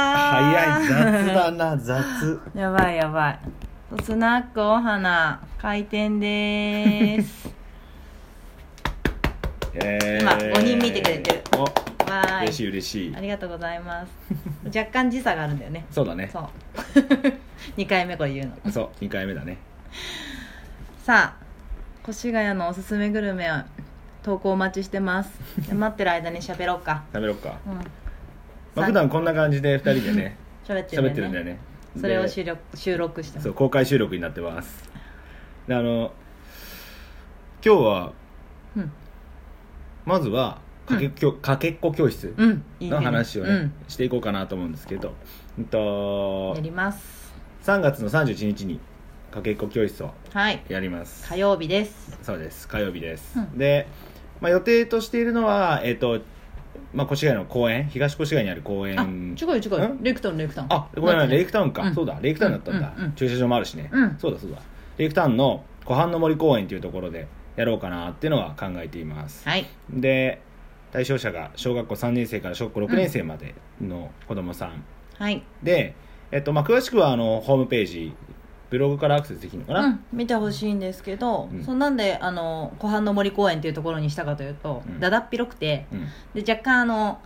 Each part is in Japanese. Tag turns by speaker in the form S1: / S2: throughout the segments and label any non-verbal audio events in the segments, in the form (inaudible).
S1: 早い雑だな雑
S2: やばいやばいスナックお花開店でーす
S1: え
S2: 今五人見てくれてる
S1: お
S2: わーい
S1: (laughs) 嬉しい嬉しい
S2: ありがとうございます若干時差があるんだよね
S1: そうだね
S2: そう (laughs) 2回目これ言うの
S1: そう二回目だね
S2: さあ越谷のおすすめグルメ投稿お待ちしてますで待ってる間に喋ろうか
S1: 食べろっか、
S2: うん
S1: まあ、普段こんな感じで二人でね
S2: 喋って
S1: 喋ってる
S2: る
S1: ん
S2: んだ
S1: だよ
S2: よね
S1: ね
S2: それを
S1: で
S2: 収録収録してます
S1: そう公開収録になってますであの今日は
S2: うん
S1: まずはかけ,、きょかけっこ教室
S2: うんいいね
S1: の話をね、していこうかなと思うんですけど、うん
S2: うん
S1: と
S2: やります
S1: 3月の31日にかけっこ教室を
S2: はい
S1: やります
S2: 火曜日です
S1: そうです火曜日です、
S2: うん
S1: で、まあ、予定としているのは、えっとまあ、越谷の公園東越谷にある公
S2: あ違
S1: 園
S2: うよ違うよ
S1: ん
S2: レイクタウンレイクタウン
S1: あごめんなさいレイ
S2: ク
S1: クタウンか、
S2: うん
S1: そうだレイクタウンだったんだ、
S2: うんうんうん
S1: 駐車場もあるしね、
S2: うん
S1: そうだそうだレイクタウンの湖畔の森公園というところでやろうかなっていうのは考えています
S2: はい
S1: で対象者が小学校3年生から小学校6年生までの子供さん、
S2: はい
S1: で、えっとまあ、詳しくはあのホームページブログからアクセスできるのかな、
S2: うん、見てほしいんですけど、
S1: うん
S2: そんなんであの湖畔の森公園っていうところにしたかというと、
S1: うん
S2: だだっ広くて
S1: うん
S2: で若干あの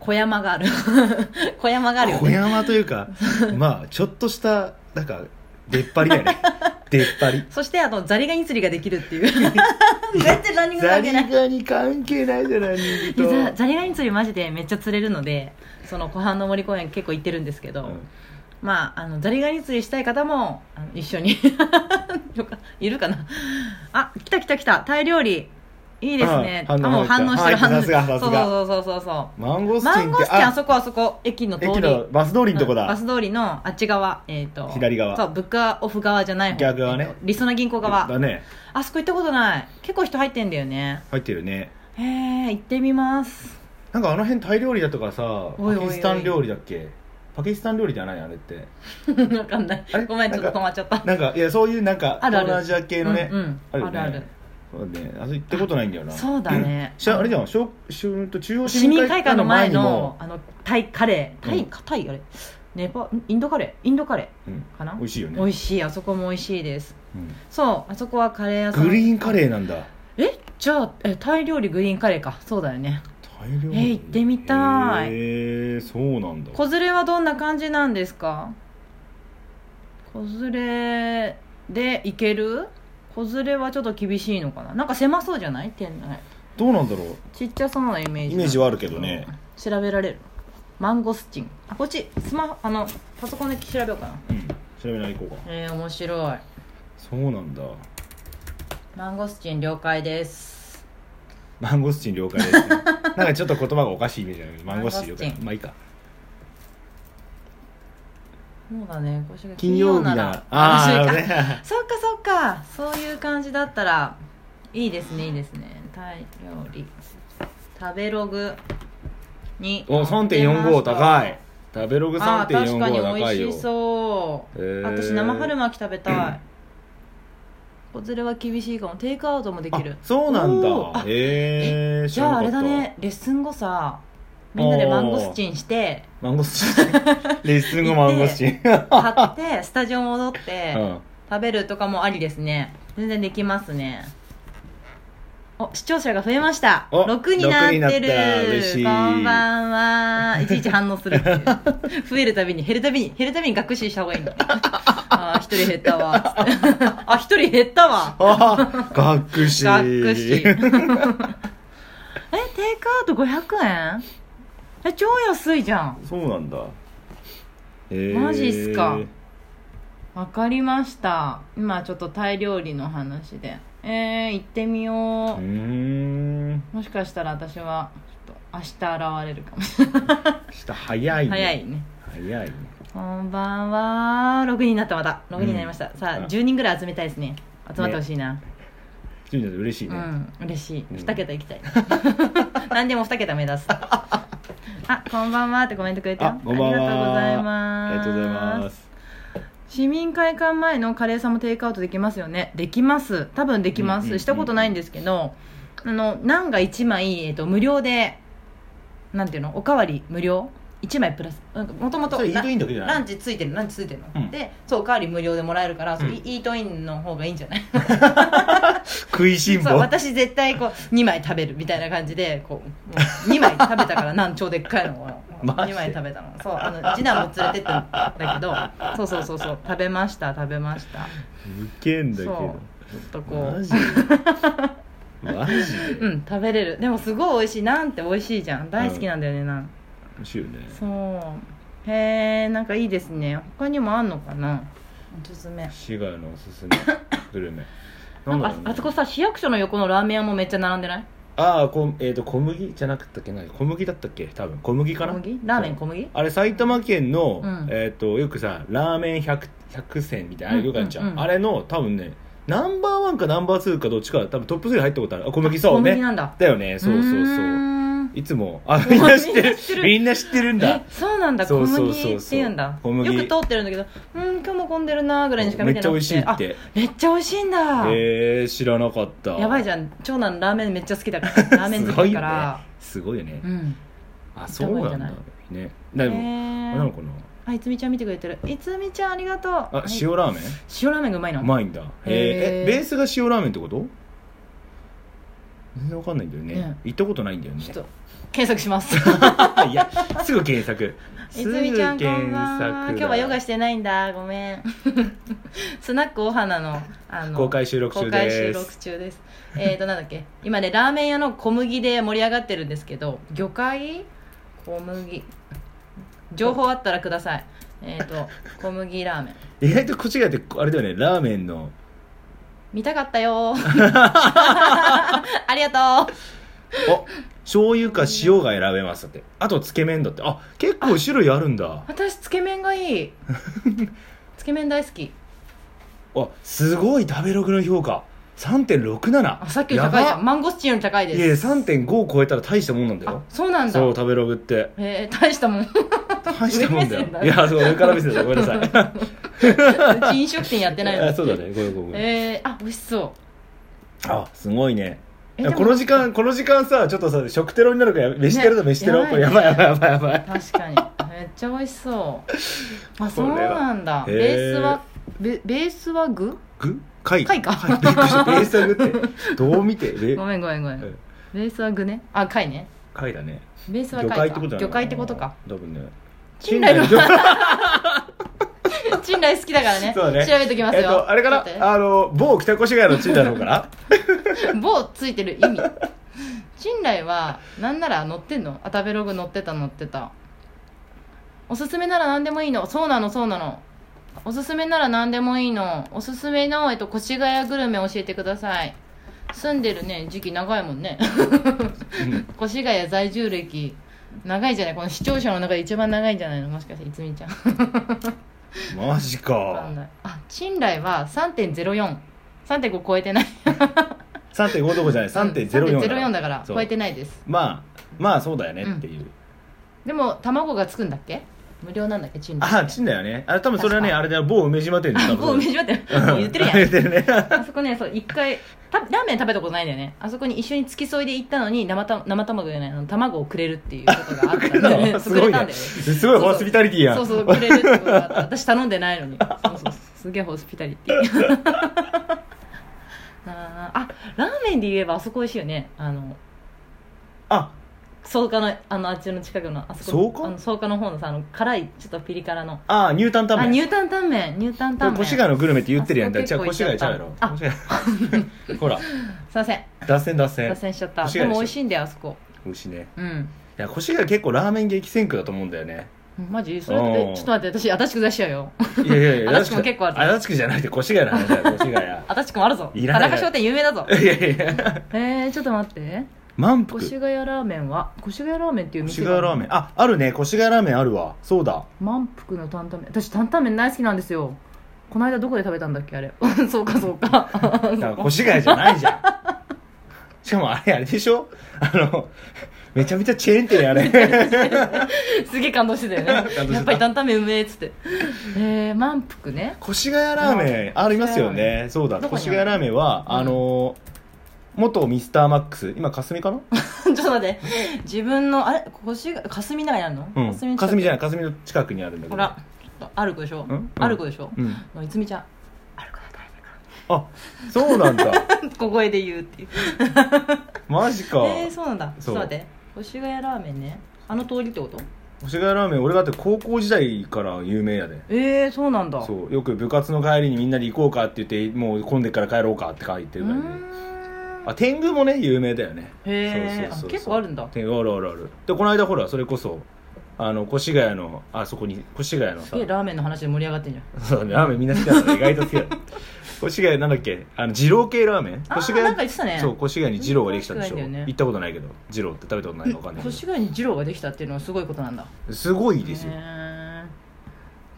S2: 小山がある (laughs) 小山があるよ
S1: 小
S2: ね
S1: 山という
S2: (laughs)
S1: かまあちょっとしたなんか出っ張りだよ
S2: (laughs)
S1: ね出っ張り
S2: そしてあのザリガニ釣りができるって
S1: (laughs)
S2: いう全然ランニング
S1: ザ
S2: 関係
S1: リ
S2: ない
S1: ガニ関係ないじゃない人
S2: いや
S1: 間
S2: ザザリガニ釣りマジでめっちゃ釣れるのでその湖畔の森公園結構行ってるんですけど、
S1: と、
S2: まああのザリガニ釣りしたい方もあの一緒に (laughs) よかいるかなあ来た来た来たタイ料理いいですね
S1: あ
S2: あ
S1: 反応
S2: もう反応してる
S1: 入った
S2: 反応してる
S1: はい
S2: そ
S1: さ
S2: う
S1: すがさす
S2: そう
S1: が
S2: そうそうそ
S1: マンゴ
S2: う
S1: スチ
S2: マ
S1: ン
S2: ン
S1: っ
S2: ゴ
S1: て
S2: スチンあそこあそこ駅の通り
S1: 駅のバス通りのとこ
S2: うん
S1: だ
S2: バ、ス通りのあっち側、えー、と
S1: 左側
S2: そうブッカオフ側じゃない方
S1: 逆側ね
S2: えーとりそな銀行
S1: だ
S2: 側
S1: ね
S2: あそこ行ったことない結構人入ってんだよね
S1: 入ってるね
S2: へえ行ってみます (laughs)
S1: なんかあの辺タイ料理だとかさ
S2: おいおいおい
S1: パキスタン料理だっけパキスタン料理じゃないあれって
S2: 分かんない
S1: あれ
S2: ごめんちょっと
S1: なんか
S2: 止まっちゃった
S1: なんかいやそういうなんか
S2: あるある
S1: 東南アジア系のね、
S2: うんうん
S1: あるよね
S2: あるある
S1: そうだねあそこ行ったことないんだよな
S2: そうだね
S1: しゃあれじゃんしょしゅと中央市
S2: 市民
S1: 民
S2: 会
S1: 会館
S2: 館
S1: の
S2: の
S1: 前
S2: 前
S1: にも
S2: のあのタイカレータイ,、
S1: うん
S2: タイあれネパんインドカレーインドカレ
S1: うん
S2: ーかな
S1: 美味しいよね
S2: 美味しいあそこも美味しいです
S1: うん
S2: そうあそこはカレー屋さん
S1: グリーンカレーなんだ
S2: えじゃあえタイ料理グリーンカレーかそうだよね
S1: 大量
S2: えー行ってみたい
S1: えー、そうなんだ
S2: 子連れはどんな感じなんですか子連れで行ける子連れはちょっと厳しいのかななんか狭そうじゃない店内
S1: どうなんだろう
S2: ちっちゃそうなイメージ
S1: イメージはあるけどね
S2: 調べられるマンゴスチンあこっちスマホあのパソコンで調べようかな
S1: うん調べない行こうか
S2: えー、面白い
S1: そうなんだ
S2: マンゴスチン了解です
S1: マンゴスチン了
S2: (laughs)
S1: 解です、ね、なんかちょっと言葉がおかしいイメージだけどマンゴスチ
S2: マ
S1: ン了
S2: ン
S1: 解
S2: ゴスチ
S1: まあいいか
S2: そうだねこれ
S1: 金曜日ならああ
S2: 金曜
S1: な
S2: な
S1: る
S2: ら
S1: ほどね
S2: そっかそっかそういう感じだったらいいですねいいですねタイ料理食べログに
S1: お3.45高い食べログ
S2: あー確かに
S1: 3.45は高い
S2: 美
S1: よ
S2: 味しそう、
S1: へー
S2: 私生春巻き食べたい子連れは厳しいかもテイクアウトもできる
S1: あそうなん
S2: おー
S1: だ
S2: あ
S1: へえー、知
S2: じゃああ
S1: なか
S2: れ
S1: った
S2: だねレッスン後さみんなでマンゴスチンして
S1: マンゴ
S2: (laughs)
S1: スチンレッスン後マンゴスチン
S2: 買
S1: (laughs)
S2: ってスタジオ戻っ
S1: う
S2: て、
S1: ん
S2: 食べるとかもありですね全然できますねお視聴者が増えました
S1: お
S2: 6になって
S1: 六になった嬉
S2: る
S1: しい
S2: こんばん
S1: (laughs)
S2: はいちいち反応するっていう増えるたびに減るたびに減るたびに学習した方が
S1: (laughs)
S2: いいのあー一人減ったわつってあ一人減ったわ
S1: あ学士
S2: 学士 (laughs) えテイクアウト500円え超安いじゃん
S1: そうなんだえー
S2: マジっすかわかりました今ちょっとタイ料理の話でえー、行ってみよ
S1: うー
S2: うんもしかしたら私はちょっと明日現れるかもし
S1: (laughs) 下早い
S2: れ
S1: ね
S2: ない早いね
S1: 早いね
S2: こんばんは6人になったまた6人になりました、さ
S1: うん
S2: あ10人ぐらい集めたいですね集まってほしいな、
S1: ジュニアさん嬉しいね、
S2: うん嬉しい
S1: うん
S2: 2桁いきたい、 (laughs) 何でも2桁目指すあこんばんはってコメントくれたよ
S1: あこんばん
S2: あ
S1: は
S2: りがとうございます
S1: ありがとうございます
S2: 市民会館前のカレーさんもテイクアウトできますよねできます多分できます、
S1: うんうんうん
S2: したことないんですけどあのナンが1枚、えっと、無料でなんていうのおかわり無料1枚プラスもともと
S1: それイートインだけじゃない
S2: ランチついてるランチついてるの、
S1: うん
S2: でそうおかわり無料でもらえるから、そう
S1: うん
S2: イイートインの方がいいんじゃ
S1: (laughs)
S2: ない
S1: 食いしん
S2: そう
S1: 坊
S2: 私絶対こう2枚食べるみたいな感じでこう2枚食べた
S1: (laughs)
S2: からなん超でっかいのを
S1: マジ
S2: 2枚食べたのそうあの次男も連れてったんだけどそうそうそうそう食べました食べました
S1: ウケんだ
S2: そう
S1: け
S2: ち
S1: ど
S2: ょっとこ
S1: マ
S2: う (laughs)
S1: ジでマジで
S2: うん食べれるでもすごい美味しいナンって美味しいじゃん大好きなんだよね、ナン
S1: 面白いね
S2: そうへえんかいいですね他にもあんのかなおすすめ
S1: 滋賀のおすすめグルメ
S2: なん
S1: だ
S2: か
S1: ろうね
S2: ああそこさ市役所の横のラーメン屋もめっちゃ並んでない
S1: ああこ、えー、と小麦じゃなかったっけ何小麦だったっけ多分小麦か
S2: 小
S1: な
S2: 麦ラーメン
S1: そう
S2: 小麦
S1: あれ埼玉県の、
S2: うん
S1: えー、とよくさラーメン 100, 100選みたいなあれよくあるじゃん,、
S2: うんうんうん
S1: あれの多分ねナンバーワンかナンバーツーかどっちか多分トップ3入ったことあるあ小麦そう
S2: 小麦
S1: ね
S2: なんだ
S1: だよねそうそう
S2: ー
S1: そうんい
S2: (laughs)
S1: つもあみんな知って
S2: みんな
S1: る
S2: 知ってる
S1: みんな知ってるんだ
S2: えそうなんだ
S1: そ
S2: 小
S1: うそうそう
S2: 麦
S1: そう
S2: っていうんだ
S1: 小麦
S2: よく通ってるんだけどうん今日も混んでるなぐらいにしか
S1: め
S2: 見
S1: ってち
S2: な
S1: ゃ
S2: くて
S1: 美味しいって
S2: あめっちゃ美味しいんだ、
S1: えー、知らなかった
S2: やばいじ
S1: ゃん
S2: ゃん長男ラーメンめっちゃ好き
S1: (laughs)
S2: だからラーメン好きだから、
S1: すごいよねすごいよね、
S2: うん
S1: あそうなんだ
S2: 行っ
S1: ねだでも、あれなの
S2: へえ
S1: かな
S2: あいつみちゃん見てくれてるいつみちゃんありがとう
S1: あ
S2: はい
S1: 塩ラーメン、
S2: 塩ラーメンがうまいの
S1: うまいんだへえ
S2: へー
S1: えベースが塩ラーメンってこと全然わかんないんだよね、
S2: うん
S1: 行ったことないんだよね
S2: ちょっと検索します
S1: (laughs)
S2: (laughs)
S1: いやすぐ検索
S2: いつみちゃんこんばん
S1: すぐ
S2: は
S1: 検索だ
S2: 今日はヨガしてないんだごめん (laughs) スナックお花のあの
S1: 公開収録
S2: 公
S1: 中
S2: 開
S1: で
S2: 収録
S1: す
S2: 中です。えっ、と、なんだっけ、今ね、ラーメン屋の小麦で盛り上がってるんですけど、魚介。小麦。情報あったらください。えっ、と、小麦ラーメン。
S1: 意外とこっちがやってあれだよねラーメンの
S2: 見たかった
S1: (laughs)
S2: よー。 (laughs) ありがとう。
S1: あ醤油か塩が選べますだってあとつけ麺だってあ結構種類あるんだ
S2: 私つけ麺がいい。
S1: (laughs)
S2: つけ麺大好き。
S1: あすごい食べログの評価3.67
S2: あ、さっきより高いじゃ
S1: や
S2: ん。
S1: ば
S2: マンゴスチンより高い
S1: いやいや
S2: です。
S1: 3.5を超えたら大したもんなんだ
S2: あ
S1: よ、
S2: そうなんだ
S1: そ。う食べログって
S2: えー、大したもん。う
S1: 大したもんだ
S2: (laughs)
S1: よ
S2: 上目線だ
S1: い
S2: ね
S1: やそう上から見せたごめんなさ
S2: (laughs)
S1: い
S2: ち飲食店やってない
S1: あ
S2: の。
S1: そうだねごめんごめん、
S2: えー、あ、美味しそう。
S1: あすごいね
S2: え
S1: いや
S2: でも
S1: この時間この時間さちょっとさ食テロになるからや飯テロだ
S2: ね
S1: 飯テロ、
S2: やばい
S1: これやばいやばいやばいやばい
S2: 確かにめっちゃ美味し
S1: (laughs)
S2: そうあ
S1: こ
S2: そう
S1: れは
S2: なんだ
S1: へ
S2: ベ
S1: ー
S2: ースはベベースは具
S1: 具貝
S2: 貝か
S1: びっくりしたベースは具ってどう見てべ
S2: (laughs) ごめんごめんごめん
S1: うん
S2: ベースは具ねあ貝ね
S1: 貝だね
S2: ベースは
S1: 魚
S2: 貝
S1: 介っ
S2: か
S1: てことなの
S2: 魚介ってことか (laughs)
S1: 多分ね
S2: 賃貸の
S1: 賃貸の
S2: チンライ好きだからね
S1: そうだね
S2: 調べときます
S1: えっ
S2: よ、
S1: とあれか
S2: だって
S1: らあの某北越谷の賃貸の方から
S2: 棒ついてる意味チンライはなんなら載ってんのあ食べログ載ってた載ってたおすすめなら何でもいいのそうなのそうなのおすすめなら何でもいいのおすすめの、えっと、越谷グルメ教えてください住んでるね時期長いもんね (laughs)
S1: うん
S2: 越谷在住歴長いんじゃないこの視聴者の中で一番長いんじゃないのもしかしていつみちゃん
S1: マジ
S2: わか
S1: か
S2: んないあチンライは3.043.5超えてない
S1: 3.5どころじゃない3.04
S2: 3.04だから
S1: そう
S2: 超えてないです
S1: まあまあそうだよねっていう、
S2: でも卵がつくんだっけ無料なんだっけチンライ
S1: あ賃貸よねあれ多分それはね
S2: 確か
S1: あれだよ某梅島店で多分
S2: もう梅島って (laughs) もう言ってるや
S1: 言っ
S2: ん
S1: て
S2: (laughs)
S1: るね
S2: あそこねそう一回たラーメン食べたことないんだよねあそこに一緒に付き添いで行ったのに生た生卵じゃないあの卵をくれるっていうことがあったんだよ (laughs) ね
S1: すごい
S2: くれたんだよね
S1: ねすごいホスピタリティやん
S2: そうそうくれるってことがあった私頼んでないの (laughs) にそうそうすげえホスピタリティ (laughs) あーあラーメンで言えばあそこ美味しいよねあの
S1: あ
S2: 草加のあのあっちの近くのあそ
S1: 草
S2: こ
S1: 加
S2: あの草加の方のさあの辛いちょっとピリ辛の
S1: あニュータンタンメン
S2: あニュータンタンメンニュータンタンメン
S1: 越谷のグルメって言ってるやんだ
S2: あ
S1: じ
S2: そ
S1: ゃ
S2: こ
S1: あ越
S2: 結構行っ
S1: 谷ち
S2: ち
S1: ゃ
S2: ゃ
S1: う
S2: っ
S1: や
S2: た
S1: ろ越谷 (laughs) ほら
S2: すいません
S1: 脱線脱線
S2: 脱線しちゃった
S1: 欲しい
S2: で
S1: でしょ
S2: も美味しいんだよあそこ
S1: 美味しいね
S2: うん
S1: いや越谷結構ラーメン激戦区だと思うんだよ
S2: (laughs)
S1: ね
S2: マジそれ
S1: うん
S2: えちょっと待って私足立区出しちゃうよ
S1: いやいやいや
S2: 足立区も結構ある
S1: 足立区じゃなくて越谷の話だよ
S2: (laughs)
S1: 越谷
S2: 足立区もあるぞ
S1: いらな
S2: 田
S1: い
S2: 中商店有名だぞ
S1: いやいやいや
S2: えー、ちょっと待って
S1: 満腹
S2: 越
S1: 越
S2: 谷ラーメンは越谷ラーメンっていう店
S1: 谷ラーメンああるね越谷ラーメンあるわそうだ
S2: ン満腹の担々麺私担々麺大好きなんですよこの間どこで食べたんだっけあれ (laughs) そうかそうか
S1: (laughs) だから越谷じゃないじゃん (laughs) しかもあれあれでしょあのめちゃめちゃチェーン店やあ (laughs) れ
S2: すげえ感動してたよね
S1: 動してた
S2: やっぱり担々麺うめえっつってえー、満腹ね
S1: (laughs) 越谷ラーメンありますよねそうだ
S2: ど
S1: 越
S2: こにある
S1: 谷ラーメンは
S2: うん
S1: あのー元ミスターマックス今霞かな
S2: ちょっと待って自分のあれ腰が霞の中にあるの、
S1: うん
S2: 霞の近く
S1: 霞じゃない霞の近くにあるんだけ
S2: ほ
S1: ど
S2: らちょっと歩くでしょ
S1: ん
S2: 歩くでしょ、
S1: うん
S2: もういつみちゃん (laughs) 歩くの大
S1: あそうなん (laughs) だ
S2: 変小声で言うっていう
S1: マジか、
S2: えー、そうなんだちょ
S1: そ
S2: っ
S1: う
S2: と待って越谷ラーメンねあの通りってこと
S1: 星ヶ谷ラーメン俺だって高校時代から有名やで
S2: えー、そうなんだう
S1: そうよく部活の帰りにみんなで行こうかって言ってもう混んでっから帰ろうかって書いて
S2: ー
S1: るからいね
S2: ん
S1: あ天狗もね有名だよね
S2: へえ結構あるんだ
S1: 天狗あるあるあるでこの間ほらそれこそあの越谷のあそこに越谷の
S2: す
S1: さ
S2: げえラーメンの話で盛り上がってんじゃん
S1: そうだねラーメンみんな好きなんだね意外と好きだね越谷なんだっけあの二郎系ラーメン
S2: あ
S1: 越
S2: ー
S1: 谷
S2: なんか言ってたね
S1: そう越谷に二郎ができたんでしょ、
S2: うん越谷だよね
S1: 行ったことないけど二郎って食べたことないのわかんないけ
S2: 越谷に二郎ができたっていうのはすごいことなんだ
S1: どすごいですよ、
S2: へー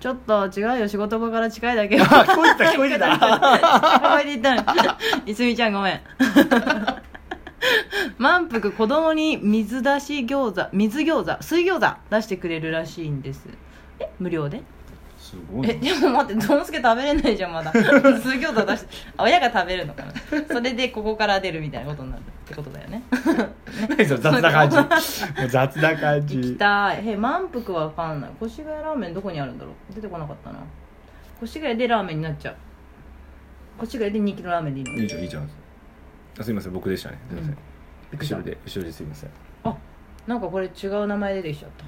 S2: ちょっと違うよ仕事場から近いだけよ
S1: (laughs) あ聞こえてた聞こえ
S2: (laughs)
S1: てた
S2: 小声で言ったのいつみちゃんごめん満腹子供に水出し餃子水餃子水餃子出してくれるらしいんですえ無料です
S1: ごい
S2: え
S1: ね
S2: でも待ってどんすけ食べれないじゃん (laughs) まだ水餃子出してあ親が食べるのかなそれでここから出るみたいなことになるってことだよね
S1: 何その雑な感じもう雑な感
S2: 行き
S1: じ
S2: たいへ満腹は分かんない越谷ラーメンどこにあるんだろう出てこなかったな越谷でラーメンになっちゃう越谷で人気のラーメンでいいの
S1: いいじゃんいいじゃんあすいません僕でしたねすいません、
S2: うん
S1: 後ろで後ろですいません
S2: あなんかこれ違う名前出てきちゃった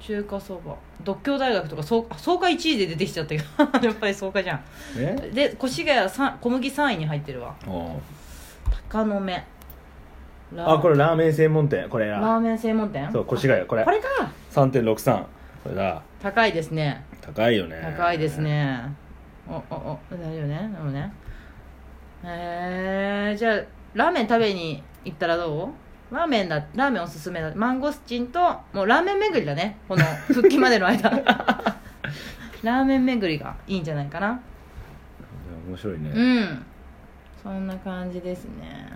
S2: 中華そば独協大学とかそうあ創価1位で出てきちゃったけど (laughs) やっぱり創価じゃん
S1: え
S2: で越谷さん小麦3位に入ってるわ
S1: あ
S2: 鷹の目ラー
S1: あこれラーメン専門店これ
S2: ラ
S1: だ
S2: ーメン専門店
S1: そう越谷これ
S2: これか
S1: 3.63これだ
S2: 高いですね
S1: 高いよね
S2: 高いですねおおお大丈夫ねでもねへえじゃあラーメン食べに行ったらどうラーメンだラーメンおすすめだマンゴスチンともうラーメン巡りだねこの復帰までの間 (laughs) ラーメン巡りがいいんじゃないかな
S1: 面白いね、
S2: うんそんな感じですね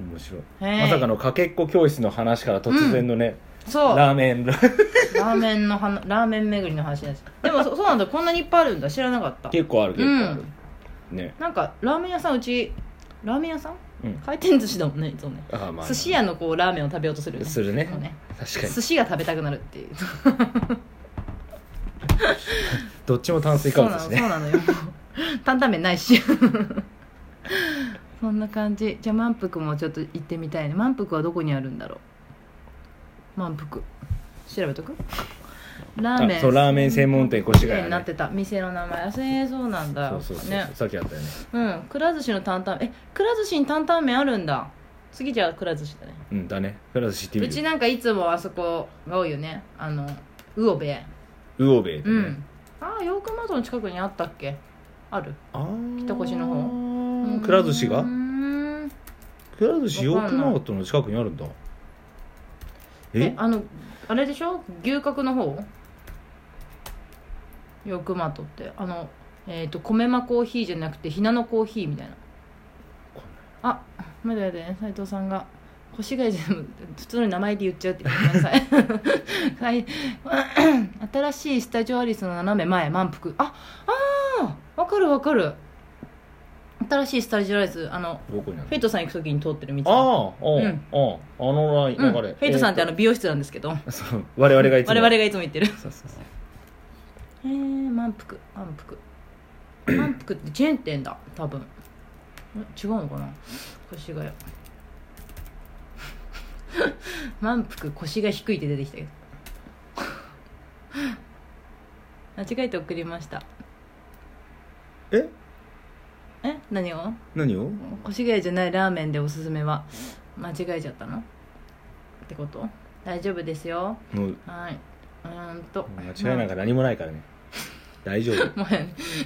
S1: 面白い
S2: はい
S1: まさかのかけっこ教室の話から突然のね、
S2: そうラ
S1: ラーメン (laughs)
S2: ーメンのはなラーメン巡りの話ですでもそそうなんだこんなにいっぱいあるんだ知らなかった
S1: 結構ある結構ある、ね
S2: なんかラーメン屋さんうちラーメン屋さん
S1: うん
S2: 回転寿司だもんねいつもね
S1: ああまあ
S2: 寿司屋のこうラーメンを食べようとするよね
S1: するね
S2: そうね
S1: 確かに
S2: 寿司が食べたくなるっていう
S1: どっちも炭水化物です
S2: そう
S1: ね
S2: なのそうなのよ担々麺ないし (laughs) そんな感じじゃあ満腹もちょっと行ってみたいね満腹はどこにあるんだろう満腹調べとくラーメン
S1: あそうラーメン専門店越谷ね
S2: になってた店の名前あせそうなんだ
S1: そうそうそうそう、
S2: ね
S1: さっきあったよね
S2: うんくら寿司の担々えくら寿司に担々麺あるんだ次じゃあくら寿司だね
S1: うんだねフラス知ってみ
S2: う
S1: る
S2: ちなんかいつもあそこが多いよねあの魚べ
S1: ウオベイって
S2: う
S1: ね、
S2: んああヨークマートの近くにあったっけある
S1: あー
S2: 北越の方
S1: くら寿司が
S2: うーん
S1: くら寿司ヨ
S2: わ
S1: ー
S2: か
S1: ク
S2: んない
S1: マートの近くにあるんだ
S2: え
S1: え
S2: あのあれでしょ牛角の方ヨークマートってあのえっ、と米まコーヒーじゃなくてひなのコーヒーみたいなあまだやで斉藤さんが越谷じゃ普通の名前で言っちゃうってごめんなさいはい (laughs) (coughs) 新しいスタジオアリスの斜め前満腹ああーわかるわかる新しいスタジオアリスあの
S1: どこにあ
S2: フェ
S1: る
S2: イトさん行く時に通ってる道
S1: ああ、うん、
S2: う
S1: あ
S2: ん
S1: ああのライン
S2: うん、
S1: 流
S2: フ
S1: れ、
S2: ェイトさんってあの美容室なんですけど、
S1: のそう我々がいつも
S2: 我々がいつも行ってるへ
S1: そうそうそう
S2: え満腹満 (clears throat) 腹満腹ってチェーン店だ多分え違うのかな腰が (laughs) 満腹腰が低いって出てきたけど (laughs) 間違えて送りました
S1: え
S2: え何を
S1: 何を
S2: 越谷じゃないラーメンでおすすめは間違えちゃったのってこと大丈夫ですよ
S1: もう
S2: はいうーんと
S1: 間違いなんか何もないからね大丈
S2: (laughs)
S1: 夫
S2: もう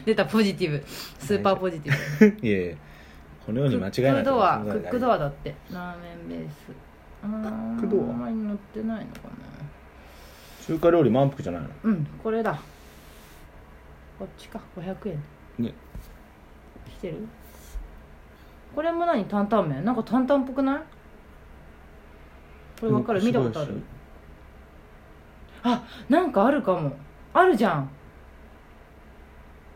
S2: 出たポジティブスーパーポジティブ
S1: いやいやこのように間違い
S2: ク
S1: な
S2: ッ
S1: い
S2: クドアクックドアだってラーメンベースあー
S1: クックドア
S2: あんまり乗ってないのかな
S1: 中華料理満腹じゃないの
S2: うんこれだこっちか500円
S1: ね
S2: 来てるこれも何担々麺なんか担々っぽくないこれ分かる見たことあるあなんかあるかもあるじゃん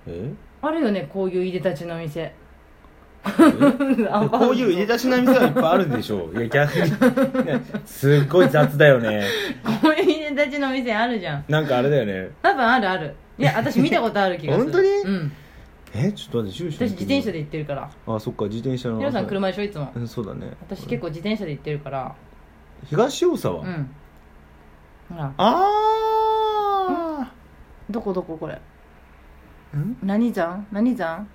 S1: え
S2: あるよねこういういでたちの店アンパンマン
S1: こういういでたしな店はいっぱいあるでしょういや逆にねすっごい雑だよね
S2: こういういでたちの店あるじゃん
S1: なんかあれだよね
S2: 多分あるあるいや私見たことある気がする
S1: 本当に
S2: うん
S1: えちょっと待って住所
S2: 私
S1: 見
S2: 自
S1: てみ
S2: 転
S1: よう
S2: 車で行ってるから
S1: あそっか自転車の
S2: ヒロさん車でしょいつも
S1: うんそうだね
S2: 私結構自転車で行ってるから
S1: 東大沢、
S2: うんほら
S1: あ
S2: どこどここれ
S1: ーん
S2: 何山何山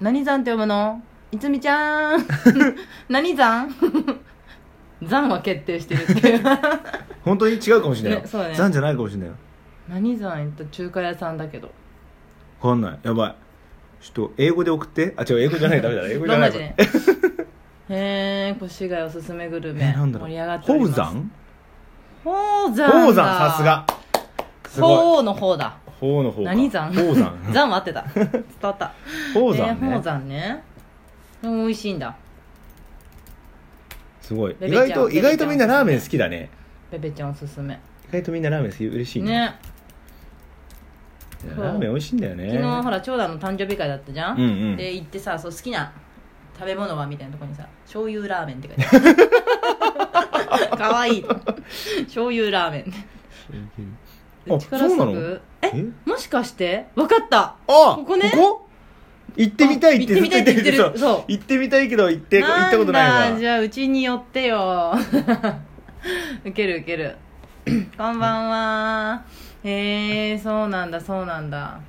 S2: 何山って読むのいつみちゃー
S1: (laughs)
S2: ん何 (laughs) 山山は決定してるっていう (laughs)
S1: 本当に違うかもしれないよ
S2: ねそうだね
S1: 残じゃないかもしれないよ
S2: 何山行った中華屋さんだけど
S1: わかんないやばいちょっと英語で送ってあ違う英語じゃないダ
S2: (laughs)
S1: メだ英語じゃない
S2: ローマ字ね
S1: (laughs)
S2: へえ越谷おすすめグル
S1: え
S2: メ
S1: なんだろ
S2: 盛
S1: う
S2: り上がっており
S1: 宝
S2: ます
S1: 山
S2: 宝山だ
S1: 宝山さすがすごい
S2: 宝の方だ
S1: 宝の方か
S2: 何山
S1: 宝山
S2: (laughs) 山は合ってた伝わった
S1: 宝
S2: えー
S1: 山
S2: 宝
S1: ね
S2: 山ねでも美味しいんだ
S1: すごい
S2: ベ
S1: 意
S2: ベちゃん
S1: 外と
S2: ベベちゃん
S1: 意外とみんなラーメン好きだね
S2: ベベちゃんおすすめ
S1: 意外とみんなラーメン好き嬉しいね
S2: ね
S1: いや
S2: そう
S1: ラーメン美味しいんだよね
S2: 昨日ほら長男の誕生日会だったじゃん、
S1: うんうん
S2: で行ってさそう好きな食べ物はみたいなとこにさ醤油ラーメンって書いてある
S1: (laughs)
S2: かわいい醤油ラーメン
S1: あ
S2: 力
S1: そうな
S2: 作
S1: の
S2: え
S1: え
S2: もしかして分かった
S1: あ
S2: ここね
S1: 行ってみたいって
S2: あ行ってみたいって言ってる
S1: ずと
S2: そう
S1: 行ってみたいけど行って行ったことない
S2: んだ
S1: わ
S2: じゃあうちに寄ってよ (laughs) ウケるウケ
S1: (clears throat)
S2: るこんばんはへえー、そうなんだそうなんだ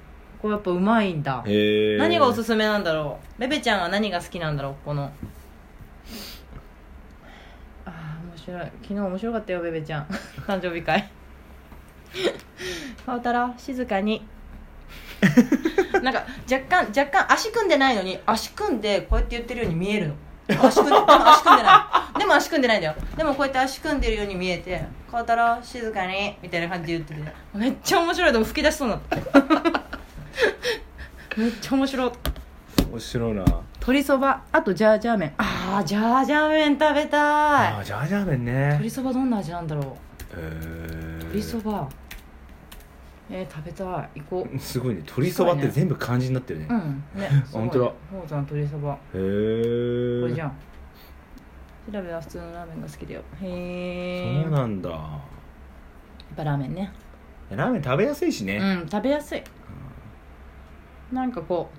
S2: ここやっぱうまいんだ
S1: へえ
S2: 何がおすすめなんだろうベベちゃんは何が好きなんだろうこのああ面白い昨日面白かったよベベちゃん (laughs) 誕生日会顔太郎静かになんか若干若干足組んでないのに足組んでこうやって言ってるように見えるの足組んで足組んでないでも足組んでないんだよでもこうやって足組んでるように見えて「孝太郎静かに」みたいな感じで言っててめっちゃ面白いでも吹き出しそうになっためっちゃ面白い
S1: 面白いな
S2: 鶏そばあとジャージャー麺あージャージャー麺食べた
S1: あ
S2: い
S1: ジャージャー麺ね
S2: 鶏そばどんな味なんだろう
S1: 鶏
S2: 鶏そばえー、食べたい行こう
S1: すごいね鶏そばって全部漢字になってるね
S2: うんね
S1: あ (laughs) 本当だ
S2: ほうさん鶏そば
S1: へ
S2: これじゃ
S1: え
S2: ん調べは普通のラーメンが好きだよへえ
S1: そう
S2: やっ
S1: なんだ
S2: ぱラーメンね
S1: ラーメン食べやすいしね
S2: うん食べやすいなんかこう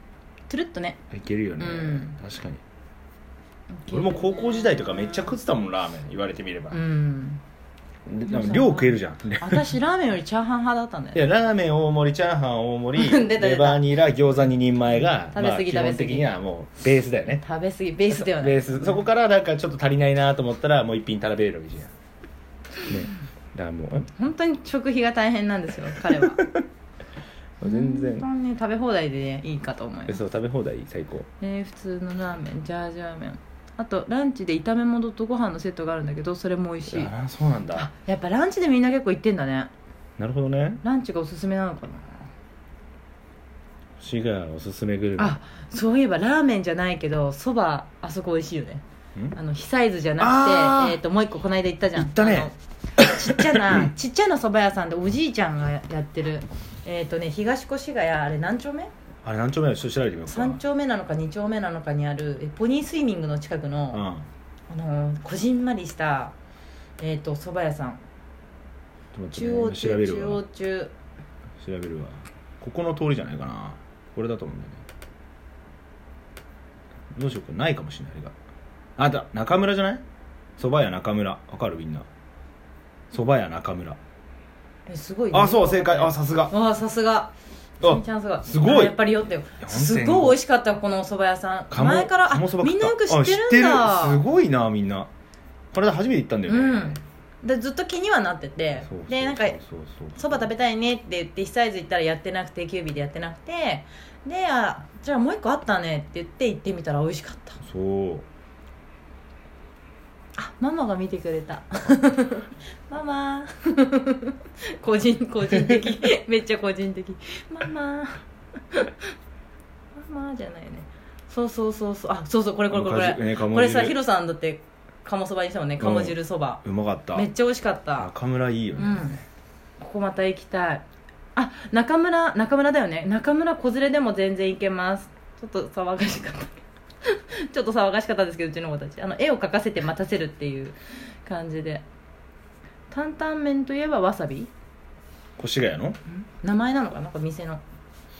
S2: トゥルッとね
S1: いけるよね
S2: うん
S1: 確かに俺も高校時代とかめっちゃ食ってたもんラーメン言われてみれば
S2: うん
S1: でなんか量食えるじゃん
S2: 私ラーメンよりチャーハン派だったんだ
S1: い
S2: よ
S1: やラーメン大盛りチャーハン大盛
S2: (laughs) 出た
S1: り
S2: 出た
S1: レバーニラ餃子2人前が
S2: 食べ過ぎ
S1: まあ、
S2: 食
S1: 基本
S2: べ過ぎ
S1: 的にはもうベースだよね
S2: 食べ過ぎベースではない
S1: ベースそこからなんかちょっと足りないなと思ったらもう一品食べれるわけじゃんねだからもう
S2: 本当に食費が大変なんですよ彼は
S1: え全
S2: 本
S1: 然
S2: 当に食べ放題で、ね、いいかと思います、
S1: そう食べ放題最高
S2: えー普通のラーメンジャージャー麺あとランチで炒め物とご飯のセットがあるんだけどそれも美味しい
S1: ああそうなんだ
S2: あやっぱランチでみんな結構行ってんだね
S1: なるほどね
S2: ランチがおすすめなのかな
S1: シガーおすすめグルメ
S2: あそういえばラーメンじゃないけどそばあそこ美味しいよね
S1: ん
S2: あの被災図じゃな
S1: あ
S2: くて、
S1: ー
S2: えー、ともう一個この間行ったじゃん
S1: 行ったね
S2: あのちっちゃなちっちゃなそば屋さんでおじいちゃんがやってるえっ、とね東越谷あれ何丁目
S1: あれ何丁目なのちょっと調べてみようか
S2: 3丁目なのか2丁目なのかにあるえポニースイミングの近く
S1: う
S2: の、
S1: ん
S2: あのーこじんまりしたえっ、と蕎麦屋さん
S1: ちょっと待ってね
S2: 中央
S1: 今調
S2: 中
S1: べ
S2: 中央中
S1: るわ調べるわここの通りじゃないかなこれだと思うんだよねどうしようかないかもしれないあれがあだ中村じゃない蕎麦屋中村わかるみんな蕎麦屋中村
S2: えすごいね、
S1: あそう正解あさすが
S2: あさすが
S1: あ
S2: みーちゃんすごい
S1: すごい
S2: あやっぱりよってよ
S1: や
S2: すごい美味しかったこのお蕎麦屋さん
S1: 鴨
S2: 前からあ
S1: 鴨そば
S2: み
S1: 食
S2: ん
S1: った
S2: なよく知ってるんだ
S1: あ知ってるすごいなみんなこれで初めて行ったんだよね、
S2: うんでずっと気にはなってて
S1: そうそうそう
S2: でなんか
S1: そうそう
S2: そば食べたいねって言って被災地行ったらやってなくてキュービーでやってなくてであじゃあもう一個あったねって言って行ってみたら美味しかった
S1: そう
S2: あママが見てくれたママ個人個人的めっちゃ個人的ママママじゃないねそうそうそうそうあそうそうこれこれこれこ
S1: かじね
S2: れ
S1: 鴨汁
S2: これさヒロさんだって鴨そばにしたもんね鴨汁そば、
S1: うまかった
S2: めっちゃ美味しかった
S1: 中村いいよ
S2: う
S1: ね、
S2: んここまた行きたいあ中村中村だよね中村子連れでも全然行けますちょっと騒がしかった (laughs) ちょっと騒がしかったですけどうちの子たちあの絵を描かせて待たせるっていう感じで担々麺といえばわさび
S1: 越谷の
S2: 名前なのかななんか店の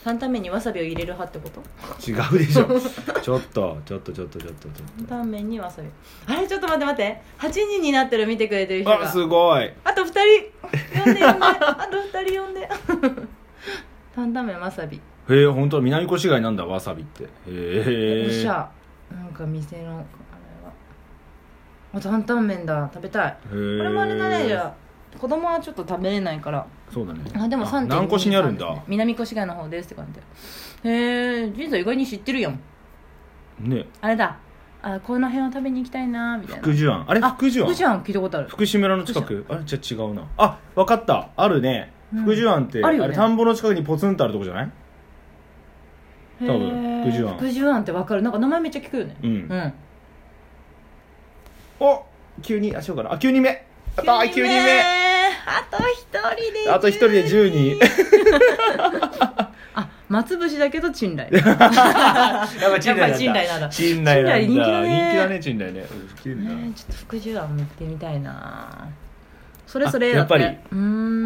S2: 担々麺にわさびを入れる派ってこと
S1: 違うでしょちょっとちょっとちょっとちょっとちょっ
S2: 担々麺にわさびあれちょっと待って待って8人になってる見てくれてる人
S1: とあ
S2: が
S1: すごい
S2: あと2人呼んで呼んであと2人呼んで (laughs) 担々麺わさび
S1: へえ本当南越谷なんだわさびってへ
S2: おし
S1: え
S2: ゃなんか店のあれはあ担々麺だ食べたいこれもあれだねじゃあ子供はちょっと食べれないから
S1: そうだね
S2: あでも3.2
S1: 南越にあるん
S2: です
S1: だ
S2: ね南越谷の方ですって感じへえ人生意外に知ってるやん
S1: ね
S2: あれだあこの辺を食べに行きたいなみたいな
S1: 福寿庵あれ
S2: あ
S1: 福寿
S2: 福
S1: 庵
S2: 寿庵聞いたことある
S1: 福士村の近くあれじゃあ違うなあわかったあるね
S2: うん
S1: 福寿庵って
S2: あ
S1: あ
S2: るよね
S1: れ田んぼの近くにポツンとあるとこじゃない
S2: へー
S1: 多分福寿庵
S2: 福寿庵ってわかるなんか名前めっちゃ聞くよね
S1: うん
S2: うん
S1: お急にあしようかなあ9人目やったー9人目
S2: あと一人で
S1: あと一人で10人
S2: あ松節だけど賃
S1: (laughs)
S2: 貸
S1: やっぱ
S2: やっぱり賃貸なんだ
S1: 賃貸なんだ
S2: 賃貸人気だね
S1: 人気だね賃貸ねうん綺麗だ
S2: ね
S1: な
S2: えちょっと福寿庵も行ってみたいなそれそれ
S1: あやっぱり
S2: だてうー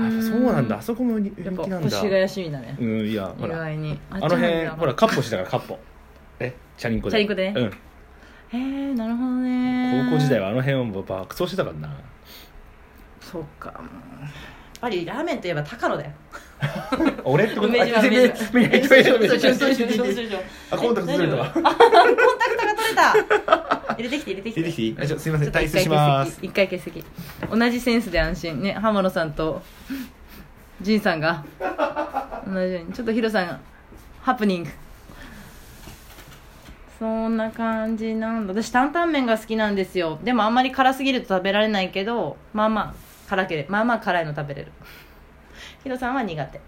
S1: あ
S2: ん
S1: そうなんだあそこも人気
S2: やっぱ
S1: なんだ
S2: 越谷市民だね
S1: うんいや
S2: 意
S1: ほら
S2: 外にあ
S1: あ
S2: っ
S1: の
S2: ちなんだ
S1: 辺ほらカッポしてたからカッポえチャリンコで
S2: チャリンコでね
S1: うん
S2: へえなるほどね
S1: 高校時代はあの辺を爆走してたからな
S2: そうかもうやっぱりラーメンといえば高野だよ
S1: 俺ってこと
S2: 梅島
S1: (laughs) あ
S2: 梅
S1: 全
S2: 島
S1: 然見ない
S2: そう
S1: 人
S2: そう
S1: いる
S2: そうそうそうそうそう
S1: あコンタクトずれたわ
S2: 大丈夫あコンタクトが取れた入れてきて入れてきて
S1: 入れてきていいあちょすいま
S2: ち
S1: せ
S2: ょ
S1: ん
S2: っと
S1: 退
S2: 一
S1: 出
S2: 回
S1: します
S2: 欠席一回欠席同じセンスで安心ね浜野さんと仁さんが同じようにちょっとヒロさんがハプニングそんな感じなんだ私担々麺が好きなんですよでもあんまり辛すぎると食べられないけどまあまあ辛けれまあまあ辛いの食べれるヒロさんは苦手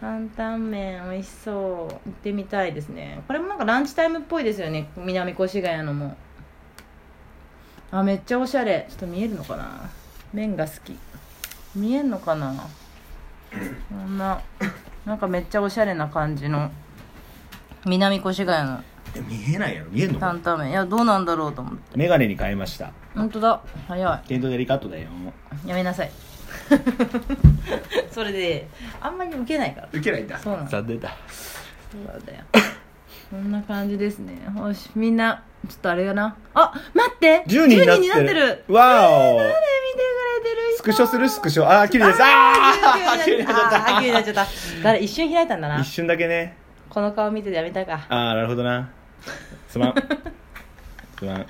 S2: 担々麺美味しそう行ってみたいですねこれもなんかランチタイムっぽいですよね南越谷のもあめっちゃおしゃれちょっと見えるのかな麺が好き見えんのかなこんななんかめっちゃおしゃれな感じの南越谷の
S1: え見えないやろ見えんの
S2: 担々麺いやどうなんだろうと思って
S1: メガネに変えました
S2: 本当だ早い
S1: テントデリカットだよ
S2: やめなさい (laughs) それであんまり受けないから
S1: 受けないんだ
S2: そうなの
S1: 残念だ
S2: そうだよこんな感じですねよしみんなちょっとあれやなあ待って
S1: 10人になってる
S2: 10
S1: わお
S2: 誰見てくれてる人
S1: スクショするスクショあー綺麗です
S2: あ
S1: あ
S2: ー
S1: ー
S2: 急
S1: 綺
S2: に
S1: 麗
S2: なっ
S1: にな
S2: ちゃっ
S1: っち
S2: た
S1: ゃ
S2: あー
S1: っ
S2: 急になっちゃった誰一瞬開いたんだ
S1: た
S2: な
S1: 一瞬だけね
S2: この顔見ててやめたか
S1: ああなるほどな
S2: (laughs)
S1: すまんすまん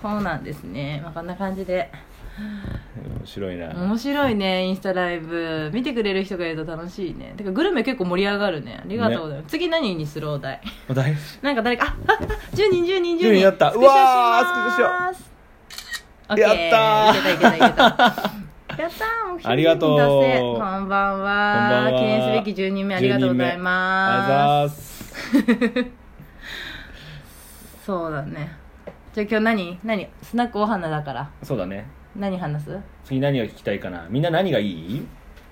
S2: そうなんですね、まあ、こんな感じで
S1: 面白いな
S2: 面白いねインスタライブ見てくれる人がいると楽しいねてかグルメ結構盛り上がるねありがとうございます、次何にするお題
S1: お題
S2: なんか誰かあああ10人10人10人
S1: 10人やった
S2: スクショし
S1: うわ
S2: ま
S1: ー
S2: す
S1: スクショ
S2: オッケ
S1: や
S2: ー
S1: ったー
S2: いけたいけ (laughs) たいけたやったーもう一人
S1: ありがとう
S2: 出せこんばんは
S1: こんばんは
S2: 記念すべき10人目ありがとうございます
S1: ありがとうございます
S2: そうだねじゃあ今日何何スナックお花だから
S1: そうだね
S2: 何話す
S1: 次何が聞きたいかなみんな何がいい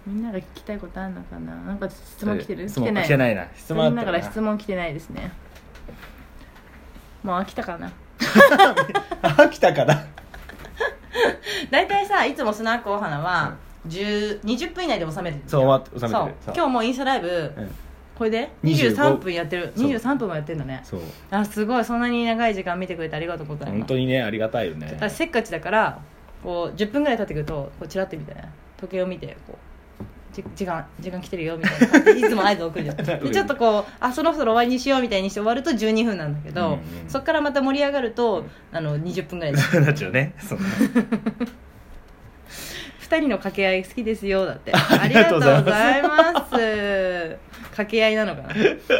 S2: みんなが聞きたいことあるのかななんか質問来てる
S1: 質問
S2: 来てない
S1: 来てないな質問あ
S2: みん
S1: った
S2: なか
S1: か
S2: らら
S1: (laughs)
S2: 質問来てないですねもう飽きたかな
S1: 飽きたから
S2: 大体さいつもスナックお花は10 20分以内で収める
S1: そう終わって収めてる
S2: そう
S1: そう
S2: 今日もうインスタライブ
S1: うん
S2: これで
S1: 25
S2: 23分やってる
S1: そう
S2: 23分もやってんだね (laughs)
S1: そう
S2: あすごいそんなに長い時間見てくれてありがとうございます
S1: 本当にねありがたいよね
S2: ただ
S1: (laughs)
S2: せっかちだからこう10分ぐらい経ってくるとこうチラッてみたいな時計を見てこうじ時間時間来てるよみたいな感じ
S1: (laughs)
S2: でいつも合図送るじゃんでちょっとこうあそろそろ終わりにしようみたいにして終わると12分なんだけど、
S1: うんうん
S2: そこからまた盛り上がるとあの20分ぐらいになる
S1: なっちゃうねそう
S2: (laughs)
S1: ね
S2: 二人の掛け合い好きですよだってあ
S1: (laughs) あ
S2: り
S1: り
S2: が
S1: が
S2: と
S1: と
S2: う
S1: う
S2: ご
S1: ございます
S2: ざいます掛け合いなのかな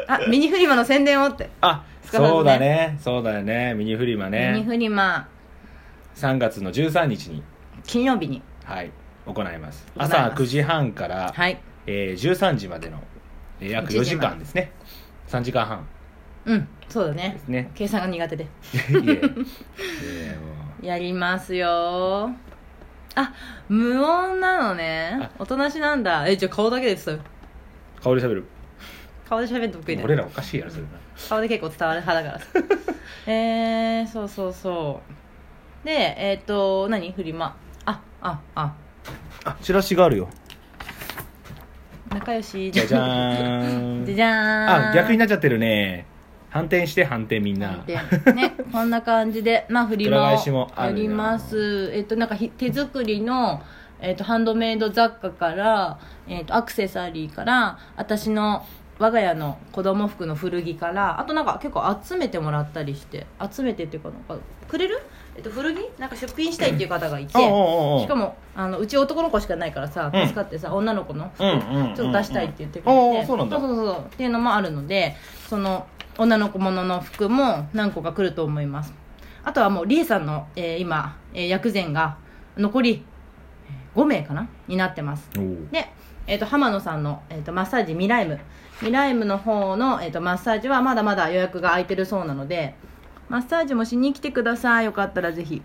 S2: あミニフリマの宣伝をって、
S1: あ
S2: すかさずね
S1: そうだねそうだよねミニフリマ
S2: ミニ
S1: ね
S2: フリマ
S1: 3月の13日に
S2: 金曜日に
S1: はい行います
S2: 行います
S1: 朝9時半から、
S2: はい
S1: えー、13時までのえー約
S2: 1
S1: 4
S2: 時
S1: 時
S2: 間
S1: 間ですね3時間半
S2: うんそうだね
S1: ですね
S2: 計算が苦手で
S1: い
S2: (laughs)
S1: えいえもう
S2: やりますよあ無音なのね
S1: あ
S2: おとなしなんだえじゃあ顔だけです
S1: 香りしゃべる
S2: 顔で喋るの得意だよ
S1: 俺らおかしいやろそれな
S2: 顔で結構伝わる派だからさ
S1: (laughs)
S2: えー、そうそうそうでえっ、と何フリマあああ
S1: あチラシがあるよ
S2: 仲良し
S1: じゃじゃ
S2: (laughs) じゃ
S1: ーん
S2: じゃーん
S1: あ逆になっちゃってるね反転して反転みんな
S2: で
S1: (laughs)
S2: ね、こんな感じで、まあ、フリマ
S1: 裏返しも
S2: を
S1: ある
S2: や
S1: な
S2: ります。えっと、なんかひ手作りの、えっと、ハンドメイド雑貨から、えっと、アクセサリーから、私の我が家の子供服の古着から、あとなんか結構集めてもらったりして、集めてっていうかなんか、くれるえっと、古着なんか出品したいっていう方がいて、
S1: あああああ
S2: しかも、あの、うち男の子しかないからさ、
S1: うん
S2: 助かってさ、女の子の服
S1: うんうんうん
S2: ちょっと出したいって言ってく
S1: うん
S2: れ
S1: うんあ
S2: て、
S1: あそうなんだ
S2: そうそうそうっていうのもあるのでその女の子ものの服も何個か来ると思いますあとはもうりえさんの、えー今、えー薬膳が残りえー5名かなになってます
S1: おう
S2: で、えー、と浜野さんの、えー、とマッサージミライムミライムの方の、えー、とマッサージはまだまだ予約が空いてるそうなのでマッサージもしに来てくださいよかったらぜひ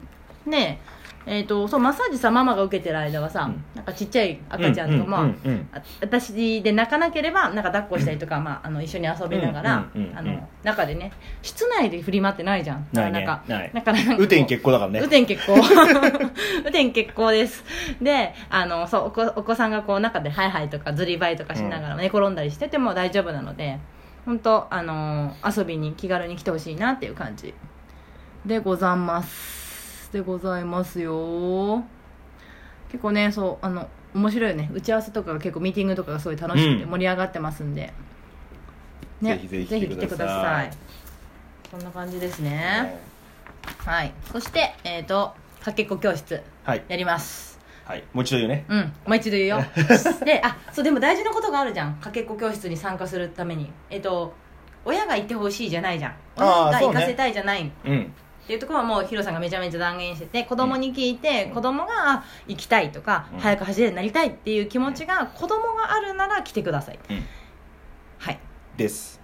S2: ねええー、とそうマッサージさママが受けてる間はさ、
S1: うん
S2: なんかちっちゃい赤ちゃんとまあ
S1: ううんうん
S2: あ私で泣かなければなんか抱っこしたりとか、まあ、あの一緒に遊びながら、
S1: うんうんうんうん
S2: あの中でね室内で振り回ってないじゃん
S1: ないね
S2: だから
S1: ない
S2: だからなんかこ
S1: 雨天結構だから
S2: 雨
S1: ね
S2: 天結構 (laughs) 雨天結構ですであのそうお子お子さんがこう中でハイハイとかずりばいとかしながら寝転んだりしてても大丈夫なので本当あの遊びに気軽に来てほしいなっていう感じでございますでございますよ結構ねそうあの面白いよね打ち合わせとかが結構ミーティングとかがすごい楽しくて
S1: うん
S2: 盛り上がってますんで、
S1: ぜひぜひ来てください
S2: そんな感じですね、はいそしてえっ、とかけっこ教室
S1: はい
S2: やります
S1: はいもう一度言うね
S2: うんもう一度言う
S1: (laughs)
S2: よであそうでも大事なことがあるじゃんかけっこ教室に参加するためにえっ、と親がいてほしいじゃないじゃん親
S1: あー
S2: が
S1: そう
S2: 行
S1: ね
S2: かせたいじゃない、
S1: うん
S2: っていうところはもうヒロさんがめちゃめちゃ断言してて子供に聞いて、子供があ行きたいとか、
S1: うん
S2: 早く走れるようになりたいっていう気持ちが子供があるなら来てください、
S1: うん
S2: はい
S1: です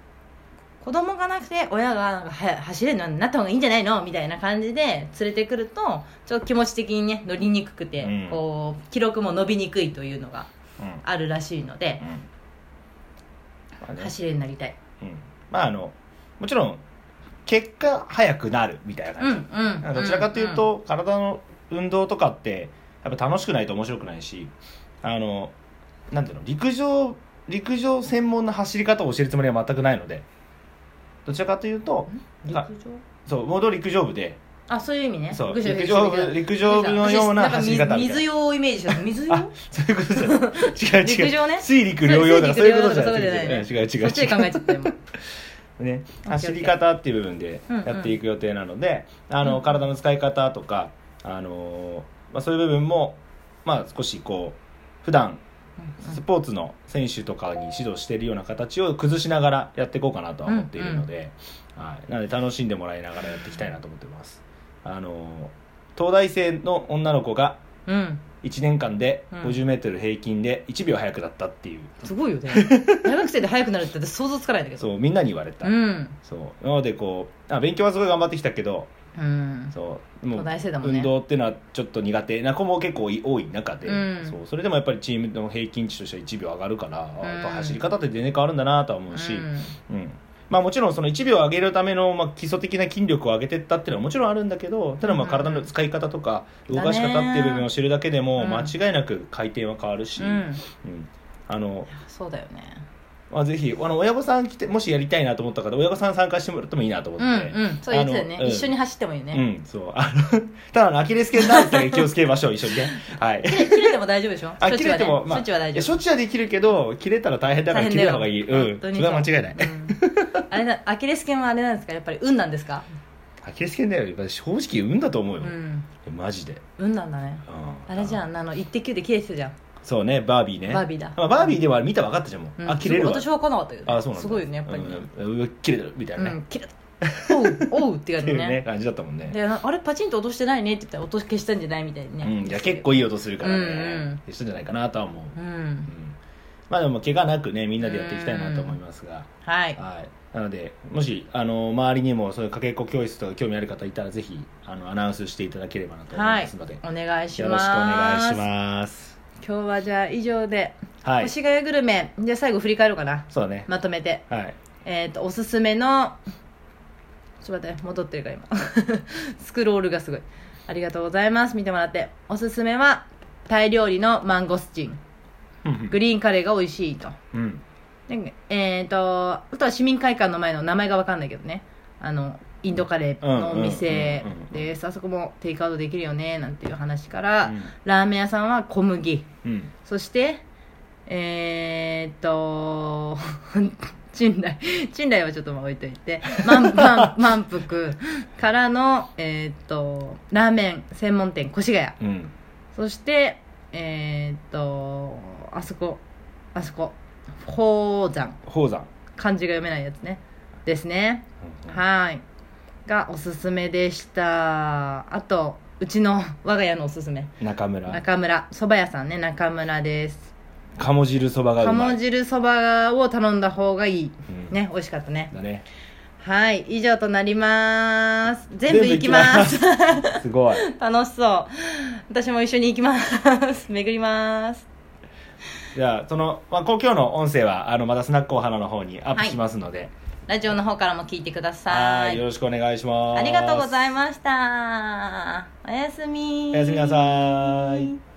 S2: 子供がなくて親がなんか早く走れるようになった方がいいんじゃないのみたいな感じで連れてくるとちょっと気持ち的にね乗りにくくて、
S1: うん
S2: こう記録も伸びにくいというのが
S1: うんうん
S2: あるらしいので、
S1: まあね
S2: 走れるようになりたい
S1: うんまああのもちろん結果早くなるみたいな
S2: うんう
S1: 感
S2: ん
S1: じなんかどちらかという、と体の運動とかってやっぱ楽しくないと面白くないしあのなんていうの陸上陸上専門の走り方を教えるつもりは全くないのでどちらかというと
S2: うんうん
S1: あ
S2: 陸上
S1: そう元陸上部で
S2: あそういう意味ね
S1: そう
S2: ぐしょぐ
S1: 陸
S2: しょ
S1: 上
S2: ぐしょ
S1: 部陸上部のような走り
S2: 私
S1: 方
S2: んか
S1: み
S2: 水
S1: たいな
S2: 用をイメージしてた水用
S1: あそういうことじゃない違う違う
S2: 陸上ね
S1: 水陸両用だから
S2: そ
S1: そう
S2: 水
S1: うい
S2: 陸
S1: うことじゃ
S2: 両
S1: な
S2: 用
S1: い
S2: だから
S1: 違う違う違う
S2: そっちで考えちゃった
S1: (laughs)
S2: よ
S1: ね、
S2: オッケー
S1: 走り方っていう部分でやっていく予定なので、あ
S2: うん
S1: の体の使い方とか、あのーまあ、そういう部分も、まあ、少しこう普段スポーツの選手とかに指導しているような形を崩しながらやっていこうかなとは思っているので、はい、なので楽しんでもらいながらやっていきたいなと思ってます。あのー東大生の女の子が
S2: うん、うん、
S1: 1年間で
S2: うん
S1: 50m 平均で1秒速くなったっていう、
S2: すごい
S1: (laughs)
S2: よね大学生で速くなるって私想像つかないんだけど
S1: そうみんなに言われた、
S2: うん
S1: そうなのでこうあ勉強はすごい頑張ってきたけど
S2: うん
S1: そうもう
S2: 東大生だもんね
S1: 運動っていうのはちょっと苦手な子も結構多い中で、
S2: うん
S1: そうそれでもやっぱりチームの平均値としては1秒上がるから、
S2: うん
S1: あやっぱ走り方って全然変わるんだなとは思うし、
S2: う
S1: うん
S2: ん
S1: まあ、もちろんその1秒上げるための、まあ、基礎的な筋力を上げてったっていうのはもちろんあるんだけどただまあ
S2: うん
S1: 体の使い方とか動かし方っていう部分を知るだけでも
S2: うん
S1: 間違いなく回転は変わるし、
S2: うん
S1: うんあの
S2: そうだよね
S1: まあ、ぜひあの親御さん来てもしやりたいなと思った方親御さん参加してもらってもいいなと思っ
S2: う
S1: て、
S2: んうんそう言ってたよ
S1: あ
S2: ね
S1: のうん
S2: 一緒に走ってもいいよ
S1: う
S2: ね、
S1: ん、そう。あの、 (laughs) ただあの、アキレス腱ダウンだけ気をつけましょう、一緒に
S2: (laughs)
S1: ね。はい。
S2: 切れ切れても大丈夫でしょ
S1: あ、
S2: 処
S1: 切
S2: 置は
S1: れ
S2: ね
S1: ても、ま
S2: 処
S1: あ、
S2: 置は大
S1: いや
S2: 丈
S1: 処
S2: 夫
S1: 置はできるけど、切れたら大変だから切れた方がいい。うん。それは間違いない。
S2: うんあれだアキレス腱はあれなんですかやっぱり運なんですか
S1: アキレス腱だよ、やっぱ正直運だと思
S2: う
S1: うよ。
S2: ん
S1: マジで。
S2: 運なんだね
S1: うん
S2: あれじゃんあの「イッテ Q!」で切れてたじゃん
S1: そうね、バービーね。
S2: バービーだ
S1: まあ、バービーでは見たら分かったじゃん、もう。
S2: うん
S1: あ、切れるわ。
S2: すごい私は分かんなかったけどね
S1: あ、そうなんだ。
S2: すごいよねやっぱりね
S1: うん。うん切れてる、みたいな
S2: う
S1: ね
S2: ん。切れたおうおうって
S1: っ
S2: 感じ
S1: ていうね、
S2: ね
S1: 感じだったもんね。
S2: であれパチンと落としてないねって言ったら音消したんじゃないみたいにね
S1: うん、いや、結構いい音するから
S2: うんうん
S1: ね。一緒じゃないかなとは思う。
S2: う
S1: うんん。まあでも、怪我なくね、みんなでやっていきたいなと思いますが。
S2: はい
S1: はい、なのでもしあの周りにもそういうかけっこ教室とか興味ある方いたらぜひあのアナウンスしていただければなと思い
S2: は
S1: ま
S2: い
S1: すので、
S2: お願いし
S1: よろしくお
S2: ま
S1: 願い
S2: す
S1: します
S2: 今日はじゃあ以上で
S1: はい
S2: 星ヶ谷グルメじゃあ最後振り返ろうかな
S1: そうだね
S2: まとめて
S1: はい
S2: えっ、とおすすめのちょっと待って戻ってるから今 (laughs) スクロールがすごいありがとうございます見てもらっておすすめはタイ料理のマンゴスチングリーンカレーが美味しいと
S1: うん
S2: でえっ、とあとは市民会館の前の名前が分かんないけどねあのインドカレーのお店
S1: うんうんうんうんうん
S2: ですあそこもテイクアウトできるよねなんていう話から、
S1: うん
S2: ラーメン屋さんは小麦
S1: うん
S2: そして、えー、っと、 (laughs) 賃来。賃来はちょっとまあ置いといて、満満満腹からの、えー、っと、ラーメン専門店、越谷。
S1: うん
S2: そして、えー、っと、あそこ、あそこ、宝山。
S1: 宝山
S2: 漢字が読めないやつね。ですね。はい。がおすすめでした。あと、うちの我が家のおすすめ。
S1: 中村
S2: 中村。蕎麦屋さんね、中村です。
S1: 鴨汁そばがうま
S2: 鴨
S1: い
S2: 汁そばを頼んだ方がいい、
S1: うん
S2: ね美味しかったね
S1: だね
S2: はい以上となります全部行きます
S1: 全部行きます (laughs) すごい
S2: (laughs) 楽しそう私も一緒に行きます (laughs) 巡ります
S1: じゃあその、まあ、こう今日の音声はあのまたスナックお花の方にアップしますので、
S2: ラジオの方からも聞いてくだ
S1: は
S2: さ
S1: い
S2: い
S1: よろしくお願いします
S2: ありがとうご
S1: い
S2: ざいましたおやすみ
S1: おやすみなさ
S2: い
S1: い